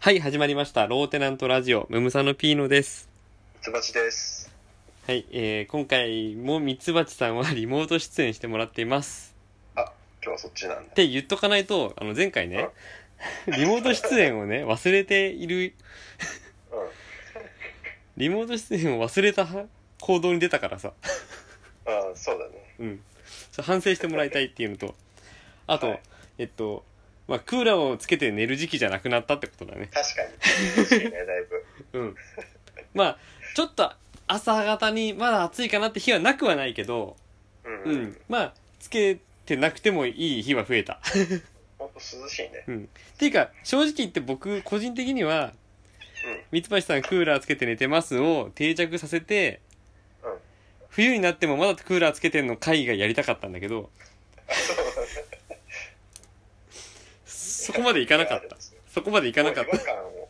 はい、始まりました。ローテナントラジオ、ムムサのピーノです。つばちです。はい、えー、今回もミツバチさんはリモート出演してもらっています。あ、今日はそっちなんだっ。て言っとかないと、あの、前回ね、 リモート出演をね、忘れている、うリモート出演を忘れた行動に出たからさ、ん。あそうだね。うん。ちょっと反省してもらいたいっていうのと、あと、はいえっと、まあ、クーラーをつけて寝る時期じゃなくなったってことだね。確かに。 確かにね、だいぶ。うん。まあ、ちょっと朝方にまだ暑いかなって日はなくはないけど、うん。ううんん。。まあ、つけてなくてもいい日は増えた。ほんと涼しいね。うん。っていうか、正直言って僕、個人的には、三橋さんクーラーつけて寝てますを定着させて、うん。うん。冬になってもまだクーラーつけてんの回がやりたかったんだけど、そこまでいかなかった。そこまでいかなかっもう違和感を。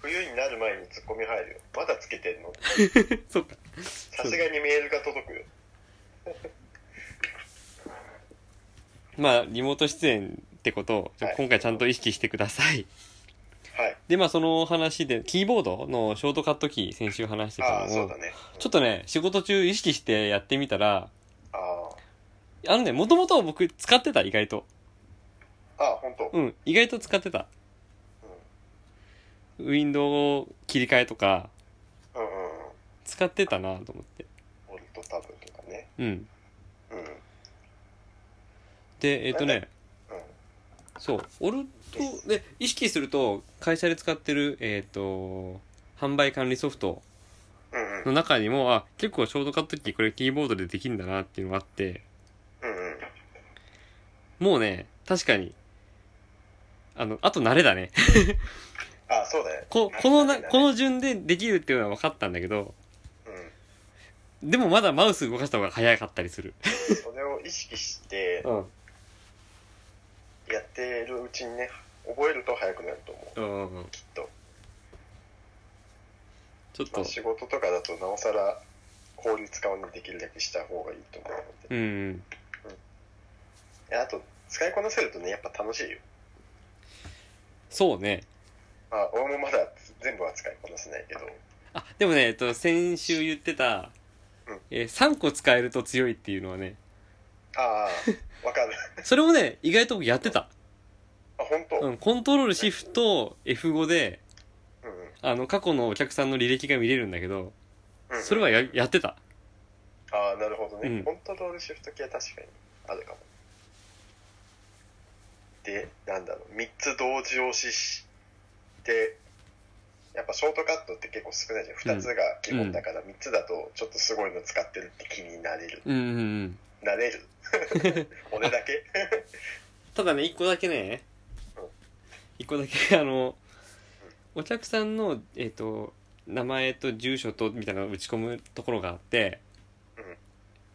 冬になる前に突っ込み入るよ。まだつけてんのた。そっか。さすがにメールが届くよ。まあ、リモート出演ってことを、ちょはい今回ちゃんと意識してください。はい。で、まあ、その話で、キーボードのショートカットキー先週話してあたあ、のそうをだ、ね。ちょっとね、仕事中意識してやってみたら、ああのね、もともと僕使ってた、意外と。あ。ああ、ほんと。うん。うん、意外と使ってた。ウィンドウ切り替えとか、うんうんうん。使ってたなと思って。オルトタブとかね。うん。うん。うん。で、えっ、とね、うん。そう、オルト、で、意識すると、会社で使ってる、えっ、と、販売管理ソフトうんうのん。中にも、あ、結構ショートカットキーこれキーボードでできるんだなっていうのがあって、うんうん。もうね、確かに、あの、あと慣れだね。ああ、そうだよ。こ、このな、うんこの順でできるっていうのは分かったんだけど、うん。でもまだマウス動かした方が早かったりする。それを意識してん。やってるうちにね覚えると早くなると思ううんうんうん。きっと、ちょっまとあ、、仕事とかだとなおさら効率化をねできるだけした方がいいと思うのうでんうん。いやあと使いこなせるとねやっぱ楽しいよそうね。まあ俺もまだ全部は使いこなせないけどあ、でもね、えっと、先週言ってたうん、えー、3個使えると強いっていうのはね、ああわかるそれもね、意外と僕やってた。あ本当ううんん、コントロールシフト F5 で、うんあの、過去のお客さんの履歴が見れるんだけど、うんそれはや、やってた。ああなるほどね、うんコントロールシフト系は確かにあるかもでなんだろう3つ同時押ししてやっぱショートカットって結構少ないじゃん2つが基本だから3つだとちょっとすごいの使ってるって気になれるうんうんうん。なれ る俺だけただね、一個だけねうん、一個だけ、あの、お客さんの、えっ、と、名前と住所と、みたいなのを打ち込むところがあってうん、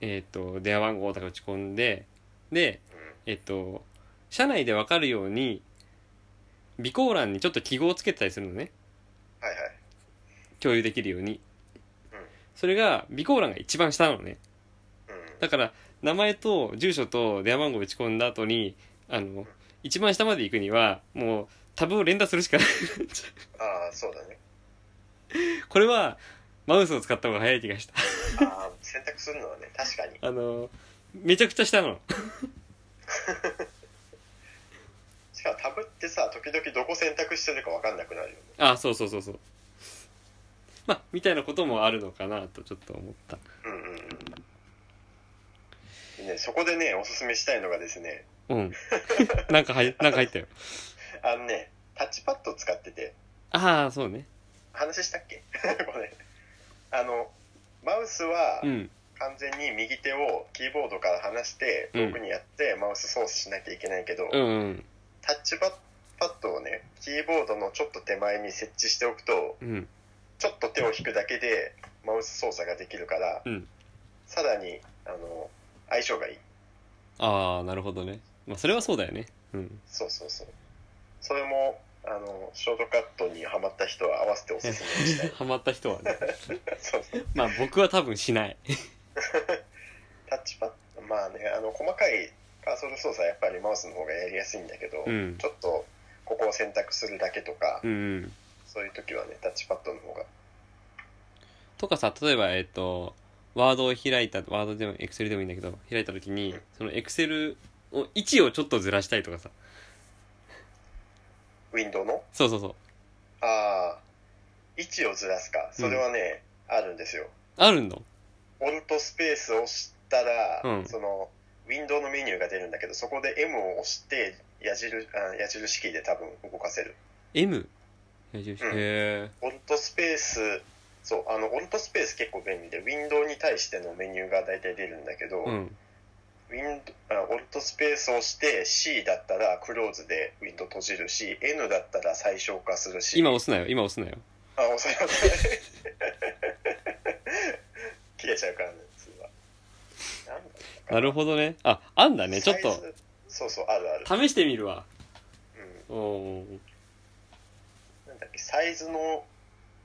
えっ、と、電話番号とか打ち込んで、で、うんえっ、と、社内でわかるように、備考欄にちょっと記号をつけてたりするのね。はいはい共有できるようにうん。それが、備考欄が一番下なのね。だから、名前と住所と電話番号打ち込んだ後に、あの、一番下まで行くには、もう、タブを連打するしかない。 うんああそうだねこれは、マウスを使った方が早い気がした。 ああ選択するのはね確かにあの、めちゃくちゃ下なの。しかもタブってさ時々どこ選択してるか分かんなくなるよねあ、そうそうそうそう。まあ、みたいなこともあるのかなとちょっと思った。うんうんうんね、そこでね、おすすめしたいのがですね、うん。 なんか入、なんか入ったよ。あのね、タッチパッド使ってて、ああ、そうね。話したっけ これ。あの、マウスはうん。完全に右手をキーボードから離して、うん遠くにやって、マウス操作しなきゃいけないけど、うんうん。タッチパッドをね、キーボードのちょっと手前に設置しておくと、うん。ちょっと手を引くだけで、マウス操作ができるから、うんさらに、あの、相性がいい。ああ、なるほどね。まあ、それはそうだよね。うん。。そうそうそう。それも、あの、ショートカットにハマった人は合わせておすすめしたいハマった人はね。 そうそう。まあ、僕は多分しない。タッチパッド、まあね、あの、細かいカーソル操作はやっぱりマウスの方がやりやすいんだけど、うん。ちょっとここを選択するだけとか、うん。そういう時はね、タッチパッドの方が。とかさ、例えば、えっ、と、ワードを開いた、ワードでも、エクセルでもいいんだけど、開いたときに、そのエクセルを、位置をちょっとずらしたいとかさ。ウィンドウのそうそうそう。ああ、位置をずらすか。それはね、あるんですよ。あるのオルトスペースを押したら、うんその、ウィンドウのメニューが出るんだけど、そこで M を押して、矢印、あ矢印キーで多分動かせる。 ?M? 矢印うんへオルトスペース、そう、あの、オルトスペース結構便利で、ウィンドウに対してのメニューが大体出るんだけど、ー。うん。ウィンドあオルトスペースを押して C だったらクローズでウィンドウ閉じるし N だったら最小化するし今押すなよ、今押すなよ。あ押 さえます切れちゃうからね普通はなんだなるほどね。あ、あんだね。ちょっと、サイズそうそうあるある、試してみるわ。うおーん、なんだっけサイズの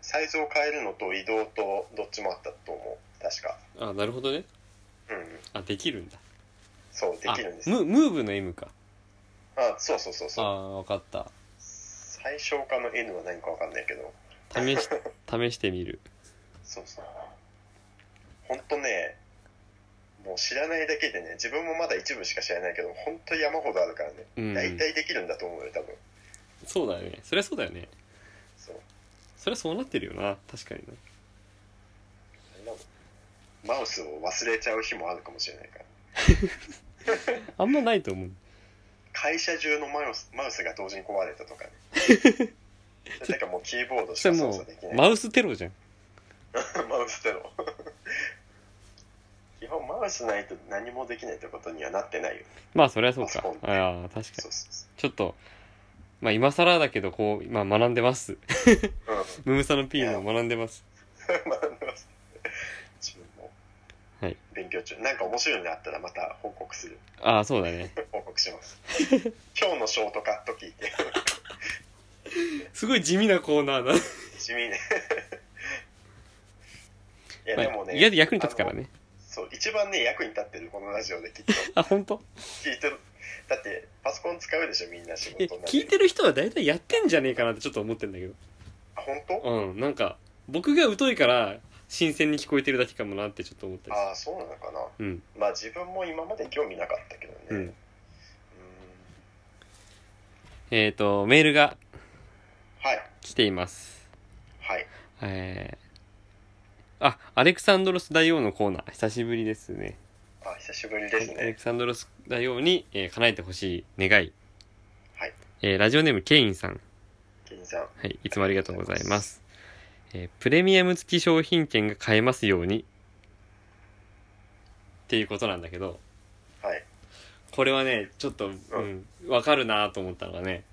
サイズを変えるのと移動とどっちもあったと思う確かあ、なるほどね。うんあ、できるんだ。そうであきるんですムムーブの M か。あそうそうそうあそうあ、わかった。最小化の N は何かわかんないけど試 し、試してみる。そうそう。ほんとね、もう知らないだけでね、自分もまだ一部しか知らないけど、ほんと山ほどあるからね、うん。大体できるんだと思うよ、多分。そうだよね。そりゃそうだよね。そう。そりゃそうなってるよな。確かにな。あれだもんマウスを忘れちゃう日もあるかもしれないから。あんまないと思う。会社中のマウスマウスが同時に壊れたとかね。 それだからもうキーボードしそかれ操も作できなう、い。マウステロじゃん。 マウスだろ。基本マウスないと何もできないってことにはなってないよ。まあ、そりゃそうパソかコンっ。てああ、確かにそ。うそちょっと、まあ、今更だけど、こう、今学んでます。うそう。うん。 ムムサの P の学んでます。学んでます自分もはい勉強中、なんか面白いのあったらまた報告する ああ、そうだね。報告 します今日のショートカット聞いてすごい地味なコーナーだ。地 味ねいやまあでもね、意外と役に立つからね。あのそう一番ね役に立ってる このラジオできっとあ、本当。聞いてるだってパソコン使うでしょみんな仕え事、聞いてる人は大体やってんじゃねえかなってちょっと思ってんだけど。あ本当うん、なんか、僕が疎いから、新鮮に聞こえてるだけかもなってちょっと思ったりああそうなのかなする。うん。まあ自分も今まで興味なかったけどねううんんえっ、と、メールがはい来ています。はいえー、あ、アレクサンドロス大王のコーナー、久しぶりですね。あ久しぶりですアレねクサンドロス大王に、えー叶えてほしい願い。はいえーラジオネームケインさん。金さんはい、いつもありがとうございます。えープレミアム付き商品券が買えますように。っていうことなんだけど、はいこれはね、ちょっと、うん、わかるなと思ったのがね、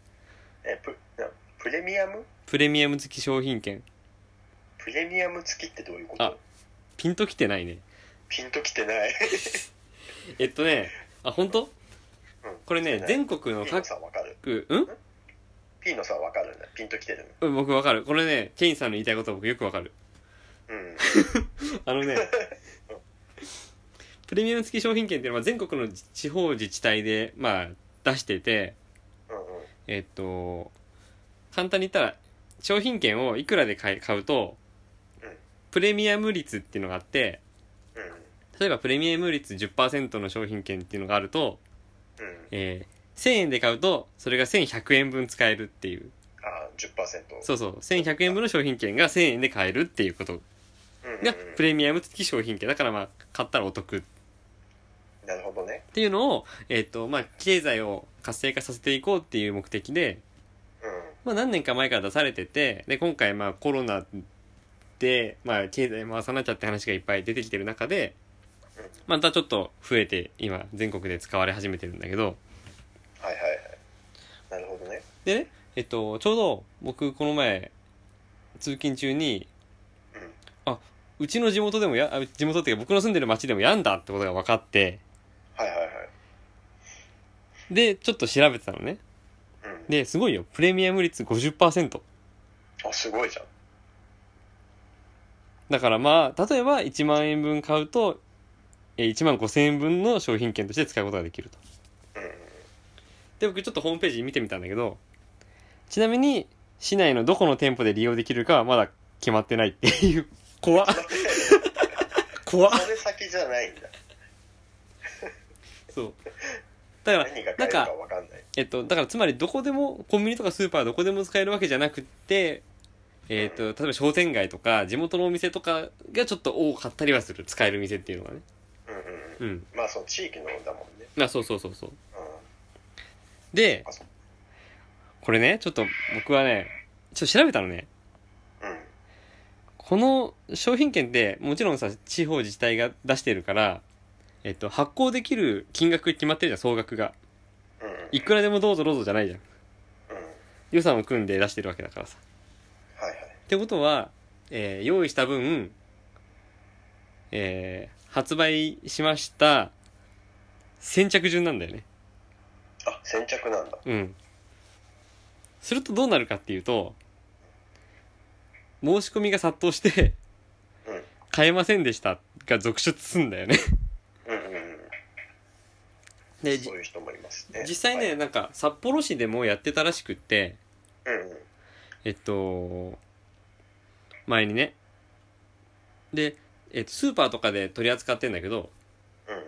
えプなプレミアムプレミアム付き商品券、プレミアム付きってどういうこあとピンときてないね。ピンときてない。 えっとね、あ、本当うんこれね、全国のピーノ各、さんわかる。うんピーノさんわかるね。ピンときてるね。うん僕わかる。これね、ケインさんの言いたいことは僕よくわかる。うん。あのね、 プレミアム付き商品券っていうのは全国の地方自治体で、まあ、出してて、うんうん。えっと、簡単に言ったら、商品券をいくらで買い買うとうん、プレミアム率っていうのがあって、うん例えばプレミアム率10%の商品券っていうのがあると、うん。うん。えー、1000円で買うと、それが1100円分使えるっていう。あー、10%。そうそう。1100円分の商品券が1000円で買えるっていうことうんうんうん。が、プレミアム付き商品券。だからまあ、買ったらお得っなるほどね。ていうのを、えっ、と、まあ、経済を活性化させていこうっていう目的で、うん。まあ、何年か前から出されてて、で、今回まあ、コロナで、まあ、経済回さなきゃって話がいっぱい出てきてる中で、またちょっと増えて、今、全国で使われ始めてるんだけど、はいはいはい。なるほどね。でね、えっと、ちょうど僕この前、通勤中に、うん。うちの地元でもや、あ地元っていうか僕の住んでる町でも病んだってことが分かって、はいはいはい。で、ちょっと調べてたのね。うん。で、すごいよ。プレミアム率50%。あ、すごいじゃん。だからまあ、例えば1万円分買うと、えー1万5千円分の商品券として使うことができると。うんうん。で、僕ちょっとホームページ見てみたんだけど、ちなみに、市内のどこの店舗で利用できるかはまだ決まってないっていう。怖っ。怖っ。それ先じゃないんだ。そう。だから何が、なん買えるかか、わかんない。えっと、だからつまりどこでも、コンビニとかスーパーどこでも使えるわけじゃなくって、えっと、例えば商店街とか、地元のお店とかがちょっと多かったりはする。使える店っていうのがね。うんうんううん。ん。まあ、その地域のだもんね。あ、そうそうそうそう。うん。であそう、これね、ちょっと僕はね、ちょっと調べたのね。うん。この商品券ってもちろんさ地方自治体が出してるから、えっと、発行できる金額決まってるじゃん総額がうんうん。いくらでもどうぞどうぞじゃないじゃんうん。予算を組んで出してるわけだからさはいはっい。てことは、えー用意した分、えー発売しました先着順なんだよねあ、先着なんだ。うんするとどうなるかっていうと申し込みが殺到してうん。 「買えませんでした」が続出すんだよねうんうんうん。で そういう人もいますね。実際ね、はいなんか札幌市でもやってたらしくってうんうん。えっと前にねで、えっと、スーパーとかで取り扱ってんだけどうんうん。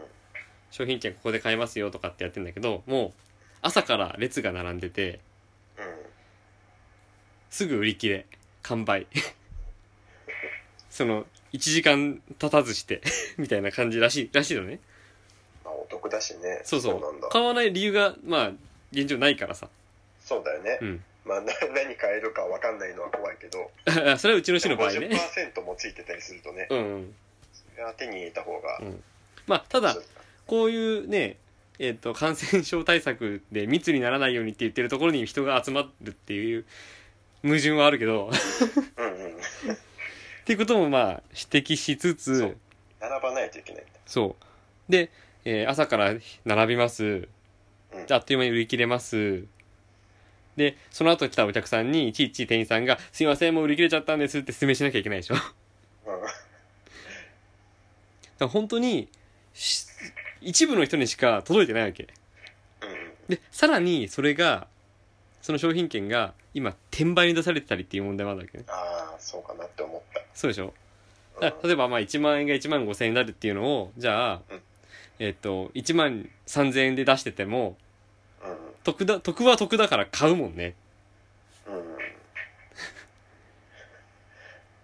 商品券ここで買えますよとかってやってんだけどもう朝から列が並んでてうん。すぐ売り切れ完売 その1時間経たずして みたいな感じらしいらしいのねまあ、お得だしね。そうそうなんだ。買わない理由がまあ現状ないからさそうだよね。うん まあ、な何買えるかわかんないのは怖いけど、それはうちの市の場合ね50%もついてたりするとね、うん、うん、手に入れた方が、まあただこういうね、えっと感染症対策で密にならないようにって言ってるところに人が集まるっていう矛盾はあるけど っうんうん、ていうこともまあ指摘しつつそそうう並ばないといけないんだ。で、えー朝から並びますうんであっという間に売り切れますでその後来たお客さんにいちいち店員さんが「すいませんもう売り切れちゃったんです」って説明しなきゃいけないでしょ だかうん、ら本当にし一部の人にしか届いてないわけうん、でさらにそれがその商品券が今転売に出されてたりっていう問題もあるわけねああ、そうかなって思っそうでしょた。だ例えばまあ1万円が1万5千円になるっていうのをじゃあうん、えっと1万3千円で出しててもう得だ得は得だから買うもんねん、うん、うん。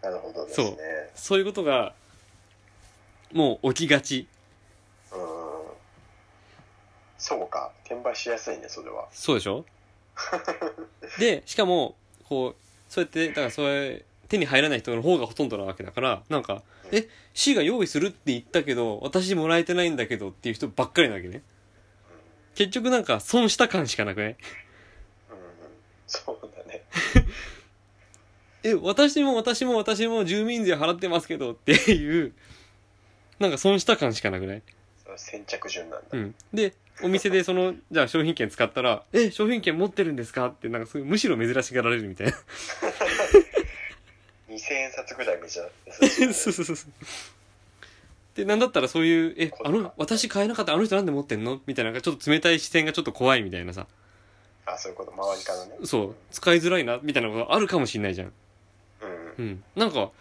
なるほどですね。そういうことがもう起きがちそう,、ん、そうか、転売しやすいね、それは。そうでしょでしかもこうそうやってだからそういう手に入らない人の方がほとんどなわけだからなんか「え C が用意するって言ったけど私もらえてないんだけど」っていう人ばっかりなわけね結局なんか損した感しかなくねうん、うん、そうだね。え私も私も私も住民税払ってますけどっていうなんか損した感しかなくないそれは先着順なんだ。うんでお店でその じゃあ商品券使ったら「え商品券持ってるんですか?」ってなんかすごいむしろ珍しがられるみたいな2000円札ぐらい目じゃなくて、 そう そうそうそうでなんだったらそういう「えあの私買えなかったあの人なんで持ってんの?」みたいななんかちょっと冷たい視線がちょっと怖いみたいなさあ、そういうこと、周りからね。そう使いづらいなみたいなことあるかもしんないじゃんうん、うん、なんか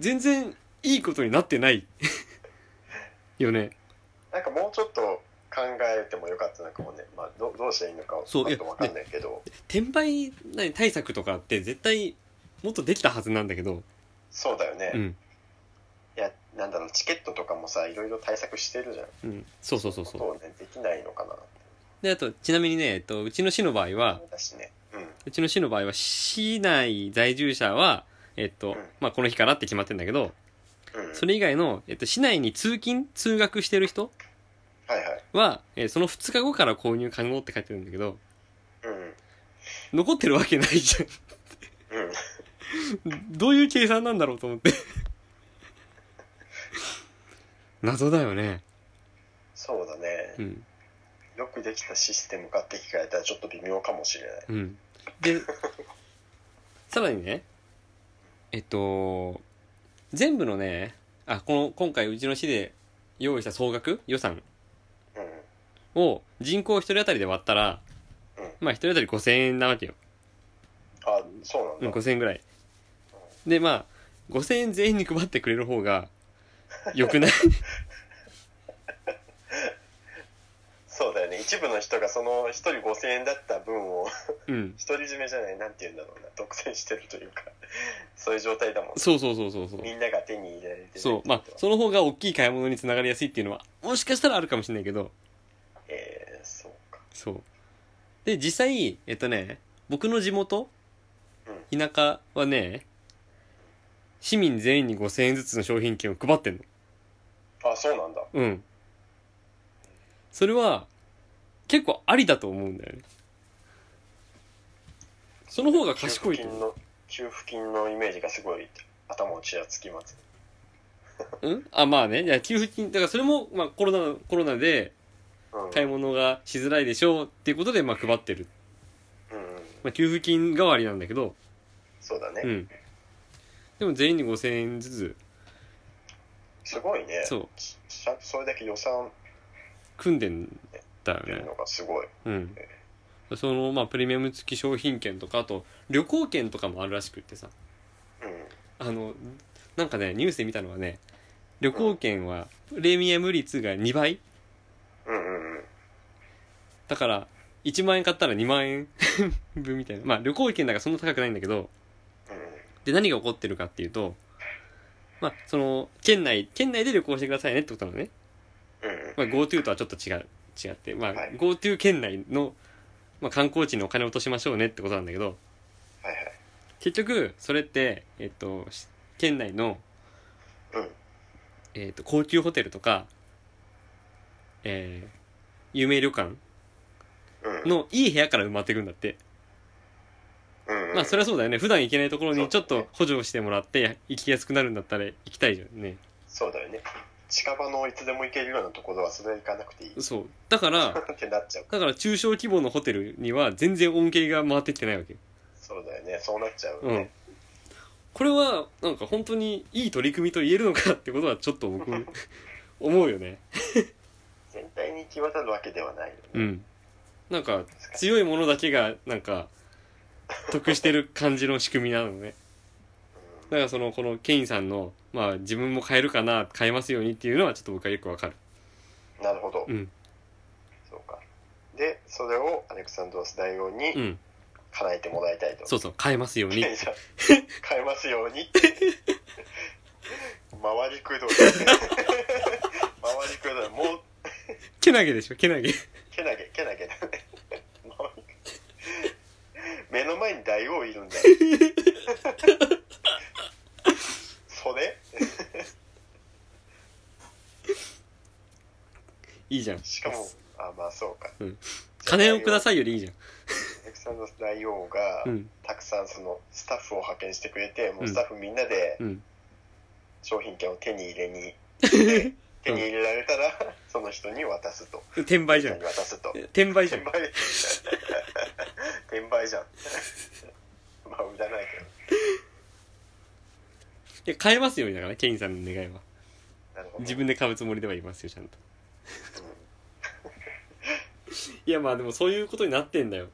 全然いいことになってない よねなんかもうちょっと考えてもよかったのかもね、まあ、どどうしたらいいのかはちそうょっとわかんないけど転売何対策とかって絶対もっとできたはずなんだけど、そうだよね、ういんやなんだろうチケットとかもさいろいろ対策してるじゃうんん、そうそうそうそうそうねできないのかなってであとちなみにね、えっと、うちの市の場合はだしねうんうちの市の場合は市内在住者は、えっとうんまあ、この日からって決まってんだけどうんそれ以外の、えっと、市内に通勤通学してる人はいはいは、えーその2日後から購入可能って書いてるんだけどうん残ってるわけないじゃんうんどういう計算なんだ ろうと思って。 謎だよね。そうだね、うん。よくできたシステムかって聞かれたらちょっと微妙かもしれないうん。で、 さらにね、えっと、全部のね、あ、この、今回うちの市で用意した総額予算うんを人口一人当たりで割ったらうん、まあ一人当たり5000円なわけよ。そうなうんだ。ん、5000円ぐらい。で、まあ、5000円全員に配ってくれる方が、良くない そうだよね。一部の人がその一人5000円だった分をうん。独り占めじゃない、なんて言うんだろうな。独占してるというか、 そういう状態だもんね。そうそうそうそうそう。みんなが手に入れられてるってこそう。とまはあ、その方が大きい買い物につながりやすいっていうのは、もしかしたらあるかもしれないけど、えー、そうか。そう。で、実際、えっとね、僕の地元、う田舎はね、市民全員に5000円ずつの商品券を配ってんの。あ、そうなんだ。うん。それは、結構ありだと思うんだよね。その方が賢い給と付金思の、給付金のイメージがすごい頭をちらつきます。う。うんあ、まあね。いや、給付金、だからそれも、まあコロナ、コロナでうん。買い物がしづらいでしょうっていうことで、まあ配ってる。うんうん。まあ給付金代わりなんだけど、そうだね。うん。でも全員に5000円ずつすごいね。そうち。ちゃんとそれだけ予算組んでんだよっていうね。のがすごい。うん。その、まあプレミアム付き商品券とか、あと旅行券とかもあるらしくってさ。うん。あの、なんかね、ニュースで見たのはね、旅行券はプレミアム率が2倍うんうんうん。だから、1万円買ったら2万円 分みたいな。まあ旅行券だからそんな高くないんだけど、うで、何が起こってるかっていうと、まあその、県内、県内で旅行してくださいねってことなのね。ん。うんうん。まあ GoTo とはちょっと違う、違って、まあはい GoTo 県内の、まあ観光地にお金を落としましょうねってことなんだけど、はいはい。結局、それって、えっと、し県内のうん。えー、と高級ホテルとか、えー、有名旅館うん。のいい部屋から埋まっていくんだって、うんうん、まあそれはそうだよね普段行けないところにちょっそうと補助をしてもらって行きやすくなるんだったら行きたいじゃんねそうだよね。近場のいつでも行けるようなところはそれは行かなくていい。そうだからってなっちゃう。だから中小規模のホテルには全然恩恵が回ってきてないわけそうだよね。そうなっちゃう、うんね。これはなんか本当にいい取り組みと言えるのかってことはちょっと 僕思うよね全体に行き渡るわけではないよね。うんなんか強いものだけがなんか得してる感じの仕組みなのねだからそのこのケインさんのまあ自分も買えるかな買えますようにっていうのはちょっと僕はよくわかるうんなるほど。うんそうか。で、それをアレクサンドロス大王うにん叶えてもらいたいと。 そうそう買えますようにケンさん買えますよ うにって。回りくどい。 回りくどい。もう、けなげでしょけなげ けなげ、けなげだね。 回りくどい目の前に大王いる んだよ。それいいじゃんしかも、あ、まあそうか。うん金をくださいよりいいじアレクサンドロス大王がゃんうんたくさんそのスタッフを派遣してくれて、もううんスタッフみんなでうん商品券を手に入れに 手に入れられたらその人に渡すと転売じゃん人に渡すと転売じゃ転ん売転売じゃんまあ売らないけどいや買えますようにだからケインさんの願いはなるほど自分で買うつもりではいますよちゃんとうんいやまあでもそういうことになってんだよ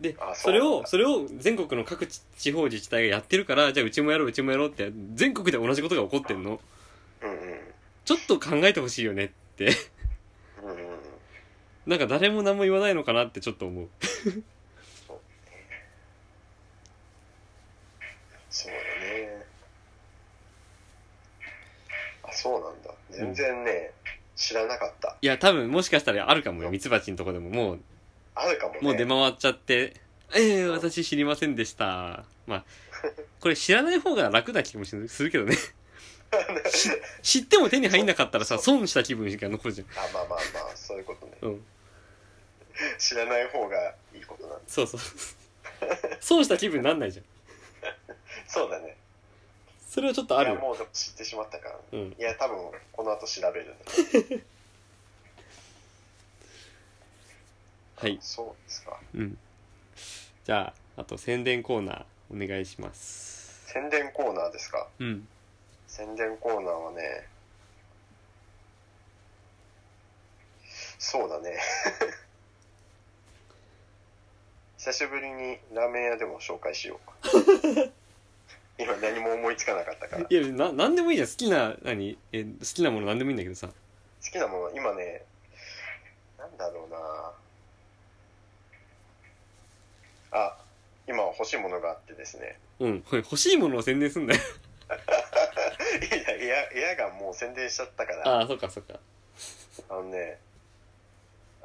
であそれそうなんをだそれを全国の各地地方自治体がやってるからじゃあうちもやろううちもやろうって全国で同じことが起こってんのうんちょっと考えてほしいよねって うんうんうんうんなんか誰も何も言わないのかなってちょっと思う。そうだねあそうなんだ全然ね、知らなかったいや、多分もしかしたらあるかもよ。ミツバチのとこでももあるかもねう、もう出回っちゃって、ええ私知りませんでした。まあ、これ知らない方が楽な気もするけどね。 し知っても手に入んなかったらさ、損した気分しか残るじあまあまあまあそういうことねゃん。うん。知らない方がいいことなんだそうそう。損した気分になんないじゃん。そうだねそれはちょっとあるいよ。やもうでも知ってしまったから、うねん。いや多分この後調べるんだはい。そうですかうん。じゃあ、あと宣伝コーナーお願いします。宣伝コーナーですかうん。宣伝コーナーはねそうだね 久しぶりにラーメン屋でも紹介しよう 今何も思いつかなかったから好いやな何でもいいじゃん好きな何え好きなもの何でもいいんだけどさきなもの今ねなんだろうなあ今欲しいものがあってですねうんほい欲しいものを宣伝すんだよいや部屋部屋がもう宣伝しちゃったからああそっかそっかあのね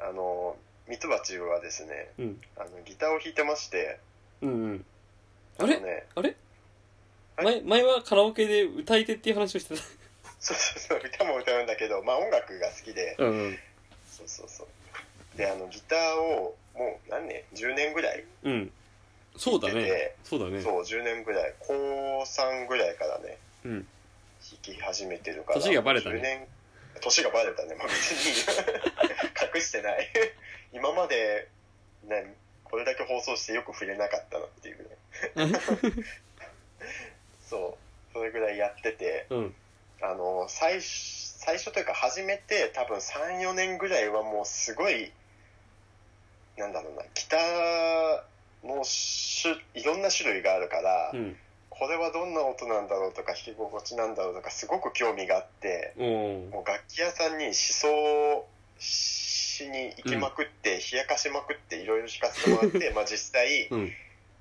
あのミツバチはですねうんあのギターを弾いてましてうんうんあれのね あれは前い前はカラオケで歌い手っていう話をしてたそうそうそう歌も歌うんだけどまあ音楽が好きでうんうんそうそうそうであのギターをもう何年10年ぐらい、 うんそうだ弾いてねてそうだねそう10年ぐらい高3ぐらいからね うん弾き始めてるから年がバレたね10年年がバレたね、まあ、別に隠してない 今まで、ね、これだけ放送してよく触れなかったなっていうぐらいそうそれぐらいやっててうんあの最初最初というか始めて多分34年ぐらいはもうすごいなんだろうなギターの種いろんな種類があるから、うんこれはどんな音なんだろうとか弾き心地なんだろうとかすごく興味があっておおもう楽器屋さんに思想しに行きまくって、冷やかしまくっていろいろ弾かせてもらって まあ実際うん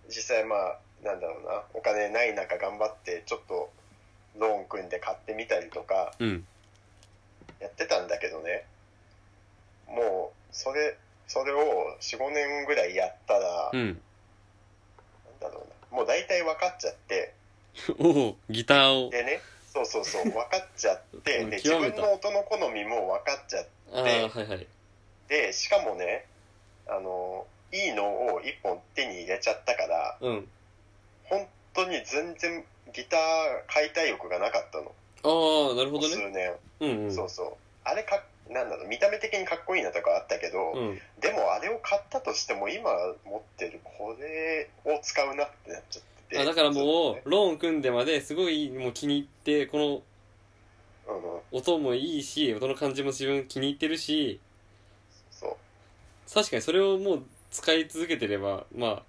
実際まあなんだろうなお金ない中頑張ってちょっとローン組んで買ってみたりとかうんやってたんだけどねもうそれそれを45年ぐらいやったら、うん なんだろうなもう大体分かっちゃっておおギターをでねそうそうそう分かっちゃって うんで自極め分たの音の好みも分かっちゃっああではいはいてしかもねあのいいのを1本手に入れちゃったからうん本当に全然ギター買いたい欲がなかったの、ああなるほここどね数年、うんうんそうそうあれかなんだろう見た目的にかっこいいなとかあったけど、うんでもあれを買ったとしても今持ってるこれを使うなってなっちゃっててあだからちょもっうローン組んでまですごいもう気に入ってこのとねうんうん音もいいし音の感じも自分気に入ってるしそう確かにそれをもう使い続けてればまあ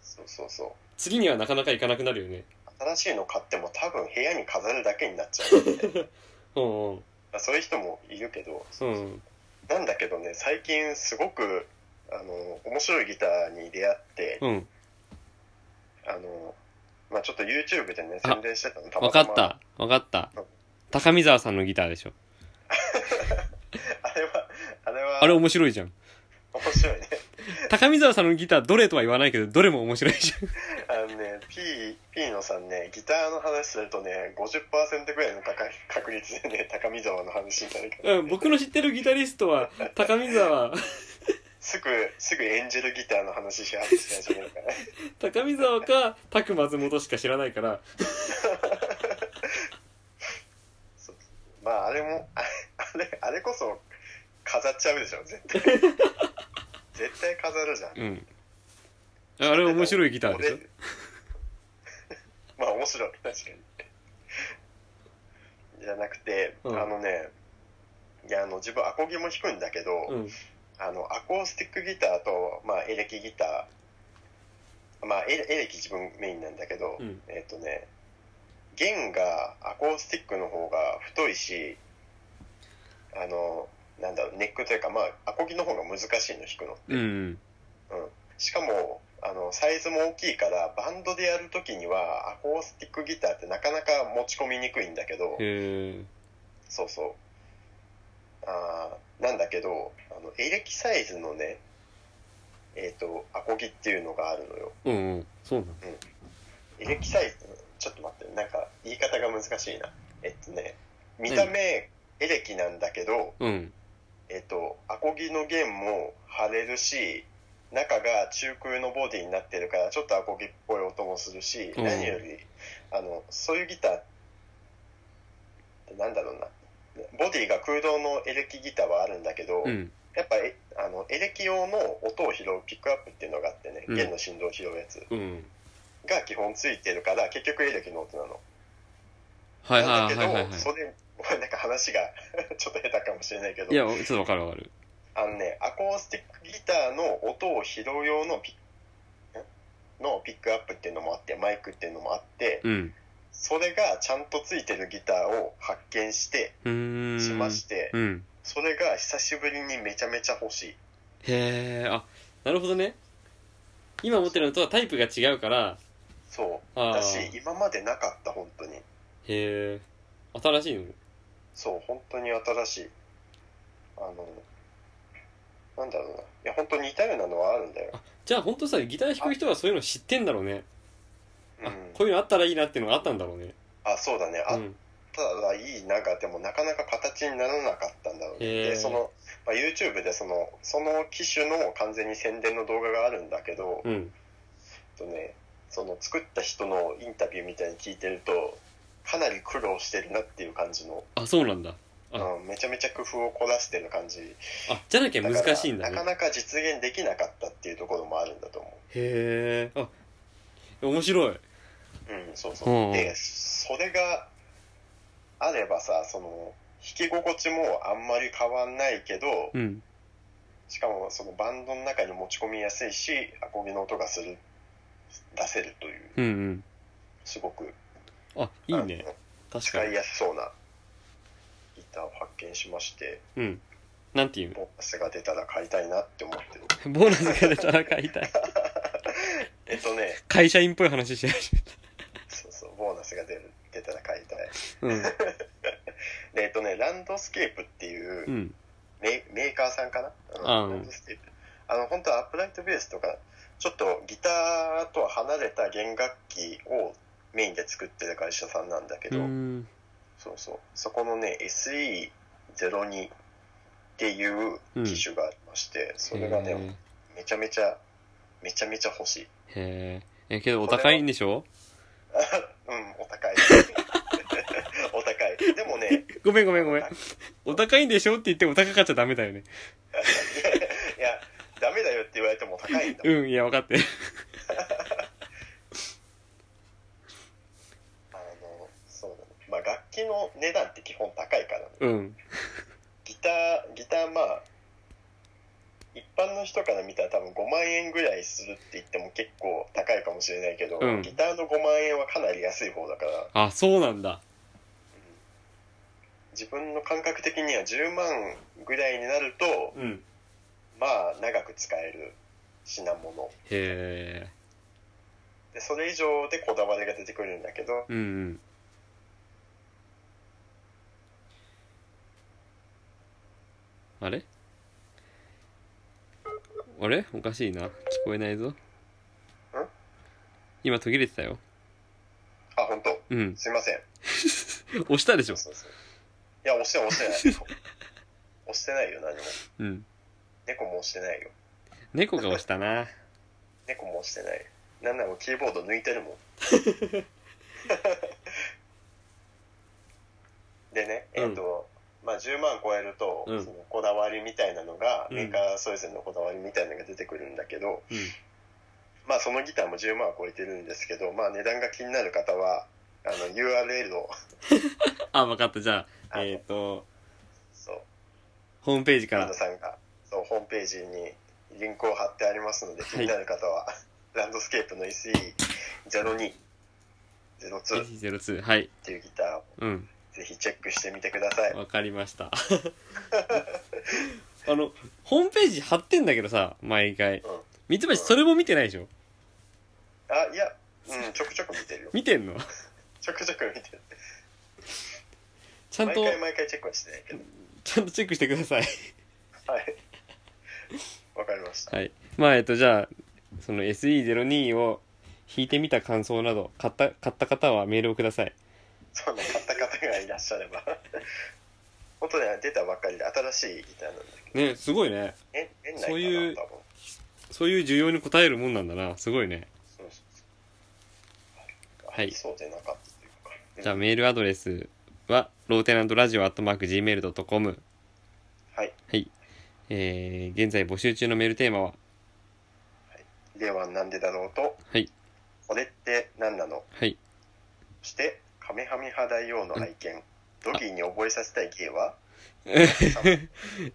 そうそうそう次にはなかなかいかなくなるよね新しいの買っても多分部屋に飾るだけになっちゃ うみたいなうんうんそういう人もいるけどうんなんだけどね最近すごくあの面白いギターに出会ってうんあの、まあ、ちょっと YouTube でねあ宣伝してたのた分まかたっまた分かったうん高見沢さんのギターでしょ あれはあれはあれ面白いじゃん面白いね 高見沢さんのギターどれとは言わないけどどれも面白いじゃんあのね P, P のさんねギターの話するとね50%ぐらいの確確率でね 高見沢の話になるから、 うん僕の知ってるギタリストは高見沢 すぐすぐエンジェルギターの話し始めるから高見沢かタク松本しか知らないからそう まああれもああれあれこそ飾っちゃうでしょ絶 対絶対飾るじゃんうんあれ面白いギターでしょ俺 まあ面白い確かにじゃなくて、うんあのねいやあの自分アコギも弾くんだけど、うんあのアコースティックギターと、まあ、エレキギターまあエレエレキ自分メインなんだけど、うんえっ、とね弦がアコースティックの方が太いしあのなんだろうネックというかまあアコギの方が難しいの弾くのって、うんしかもあのサイズも大きいからバンドでやるときにはアコースティックギターってなかなか持ち込みにくいんだけどへえそうそうあーなんだけどあのエレキサイズのねえっ、とアコギっていうのがあるのようんうんそうなのエレキサイズちょっと待ってなんか言い方が難しいなえっとね見た目エレキなんだけど、うんえっとアコギの弦も張れるし中が中空のボディになってるからちょっとアコギっぽい音もするし、うん何よりあのそういうギターってなんだろうなボディが空洞のエレキギターはあるんだけど、うんやっぱえあのエレキ用の音を拾うピックアップっていうのがあってね、うん弦の振動を拾うやつうんが基本ついてるから結局エレキの音なの。はいなんはだいけはいど、はいはいそれ ごめんなんか話が ちょっと下手かもしれないけどいやちょっとわかるわかるあのね、アコースティックギターの音を拾う用のピのピックアップっていうのもあってマイクっていうのもあってうん。それがちゃんとついてるギターを発見してうーん。しましてうん。それが久しぶりにめちゃめちゃ欲しいへえ、あ、なるほどね。今持ってるのとはタイプが違うから、そあうーだし今までなかった本当にへえ、新しいのそう本当に新しいあのなんだろうないや本当に似たようなのはあるんだよじゃあ本当さ、ギター弾く人はそういうの知ってんだろうね。うあ、んこういうのあったらいいなっていうのがあったんだろうね。あそうだねあうっん。たらいいなんかでもなかなか形にならなかったんだろうねへーでその、まあ、YouTube でそのその機種の完全に宣伝の動画があるんだけど、うん。とねその作った人のインタビューみたいに聞いてるとかなり苦労してるなっていう感じの、あ、そうなんだ。あうん、めちゃめちゃ工夫を凝らしてる感じあ、じゃなきゃだから難しいんだねな。かなか実現できなかったっていうところもあるんだと思へえ、あ、面白い。ううんそうそう、うんうんでそれがあればさその弾き心地もあんまり変わんないけどうん。しかもそのバンドの中に持ち込みやすいしアコギの音がする出せるといううんうん。すごくあ、いいねあ。の確使かいに。やすそうなギターを発見しましてうん。なんていうボーナスが出たら買いたいなって思ってるのボーナスが出たら買いたい。えっ とね会社員っぽい話してる。そうそうボーナスが出る出たら買いたいうん。でえっとねランドスケープっていう、うん。メメーカーさんかな、あうんランドスケープあの本当はアップライトベースとかちょっとギターとは離れた弦楽器をメインで作ってる会社さんなんだけうど、ん。そうそうそこのね SE02 っていう機種がありまして、それがへねめちゃめちゃめちゃめちゃ欲しいえへえ。え、けどお高いんでしょうんお 高いお高いでもねごめんごめんごめん。 お高いんでしょって言ってお高かっちゃダメだよね。いやダメだよって言われても高いんだもんうん、いや、分かってる。あのそうだねまあ楽器の値段って基本高いからねうん。ギターギターまあ一般の人から見たら多分5万円ぐらいするって言っても結構高いかもしれないけど、うんギターの5万円はかなり安い方だからあ、そうなんだ。自分の感覚的には10万ぐらいになるとうん。まあ長く使える品物へえ。でそれ以上でこだわりが出てくるんだけどうんうん。あれあれおかしいな。聞こえないぞ。今途切れてたよ。あ本当うん。すいません押したでしょ。そうそういや押してない押してない押してないよ何もうん。猫も押してないよ猫が押したな。猫も押してないなんならもうキーボード抜いてるもん でねえっ、と、まあ10万超えると、うんそのこだわりみたいなのが、うんメーカーそれぞれのこだわりみたいなのが出てくるんだけど うん。まあそのギターも10万は超えてるんですけどまあ値段が気になる方はあの URL をあ、わかった。じゃああ、のえっ、と、そうホームページかランらド。さんがそうホームページにリンクを貼ってありますのではい気になる方は、ランドスケープの SE0202 02っ H02。はい。ていうギターをうん。ぜひチェックしてみてください。わかりま した。あの、ホームページ貼ってんだけどさ、毎回。うんミツバチそれも見てないでしょあ、いや、うん、ちょくちょく見てるよ。見てんのちょくちょく見 てる。ちゃん毎と、回毎回チェックはしてないけど。ちゃんとチェックしてください。はい。わかりました。はい。まあ、えっと、じゃあ、その SE02 を弾いてみた感想など、買った、買った方はメールをください。そんな買った方がいらっしゃれば。本当ね、出たばっかりで新しいギターなんだけど。ね、すごいね。え、年内かなそういう多分そういう需要に応えるもんなんだな。すごいね。そうそうはいあそうでなかったというか。うんじゃあ、メールアドレスは、ローテナントラジオアットマーク Gmail.com。はい。はい。えー、現在募集中のメールテーマは、では、なんでだろうと、はい。これって何なのはい。そして、カメハメ派大王の愛犬、ドギーに覚えさせたい芸 はえ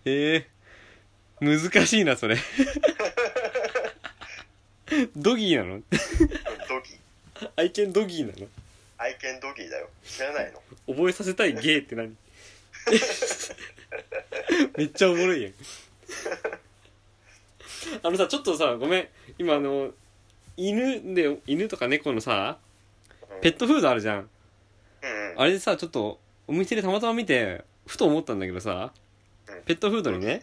ー、難しいな、それ。ドギーなの愛犬ドギーなの愛犬ドギーだよ知らないの覚えさせたいゲーって何 めっちゃおもろいやんあのさちょっとさごめん今あの犬で犬とか猫のさうんペットフードあるじゃんうんうんあれでさちょっとお店でたまたま見てふと思ったんだけどさうんペットフードにね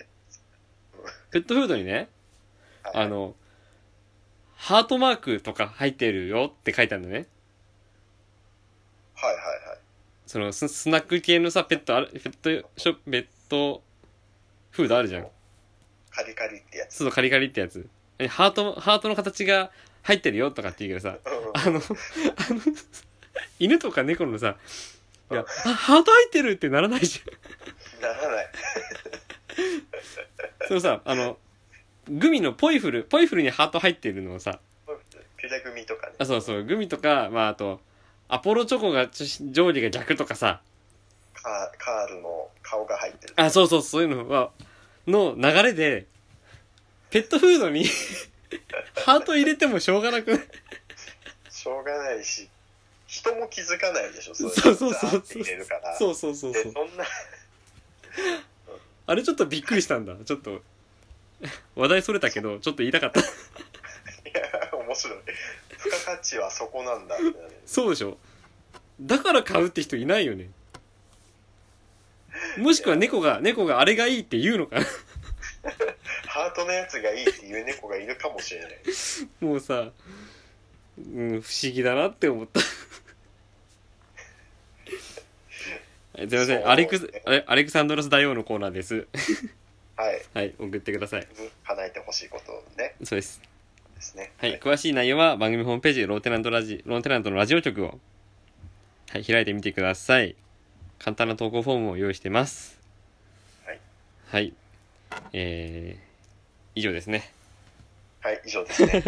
ペットフードにねはいあのハートマークとか入ってるよって書いてあるんだねはいはいはいそのススナック系のさペットあるペットショペットフードあるじゃんカリカリってやつそうカリカリってやつえハートハートの形が入ってるよとかって言うけどさうんあのあの犬とか猫のさいやあハート入ってるってならないじゃんならないそのさあのグミのポイフルポイフルにハート入ってるのをさピザ組とかねあそうそうグミとかまああとアポロチョコがちょ定規が逆とかさカーカールの顔が入ってるあ、そうそう、そういうのは、の流れで、ペットフード に、ハート入れてもしょうがなくないしょうがないし人も気づかないでしょそれそうそうそザーうってそ入れるからう。そうそうそうでそそ。うんなあれちょっとびっくりしたんだ。ちょっと、話題それたけど、ちょっと言いたかった。いや面白い付加価値はそこなんだみたいなねそうでしょだから買うって人いないよね。もしくは猫が、猫があれがいいって言うのかなハートのやつがいいっていう猫がいるかもしれないもうさ、うん、不思議だなって思った。はいすいませ、そうんアレクス、あれアレクサンドロス大王のコーナーです。はいはい、送ってください。叶えてほしいことねそうです。ですねはい、詳しい内容は番組ホームページ、ローテナントラジ、ローテナントのラジオ局を、はい、開いてみてください。簡単な投稿フォームを用意してます。はい。はい。えー、以上ですね。はい以上ですね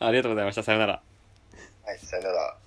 ありがとうございました。さようなら。はいさよなら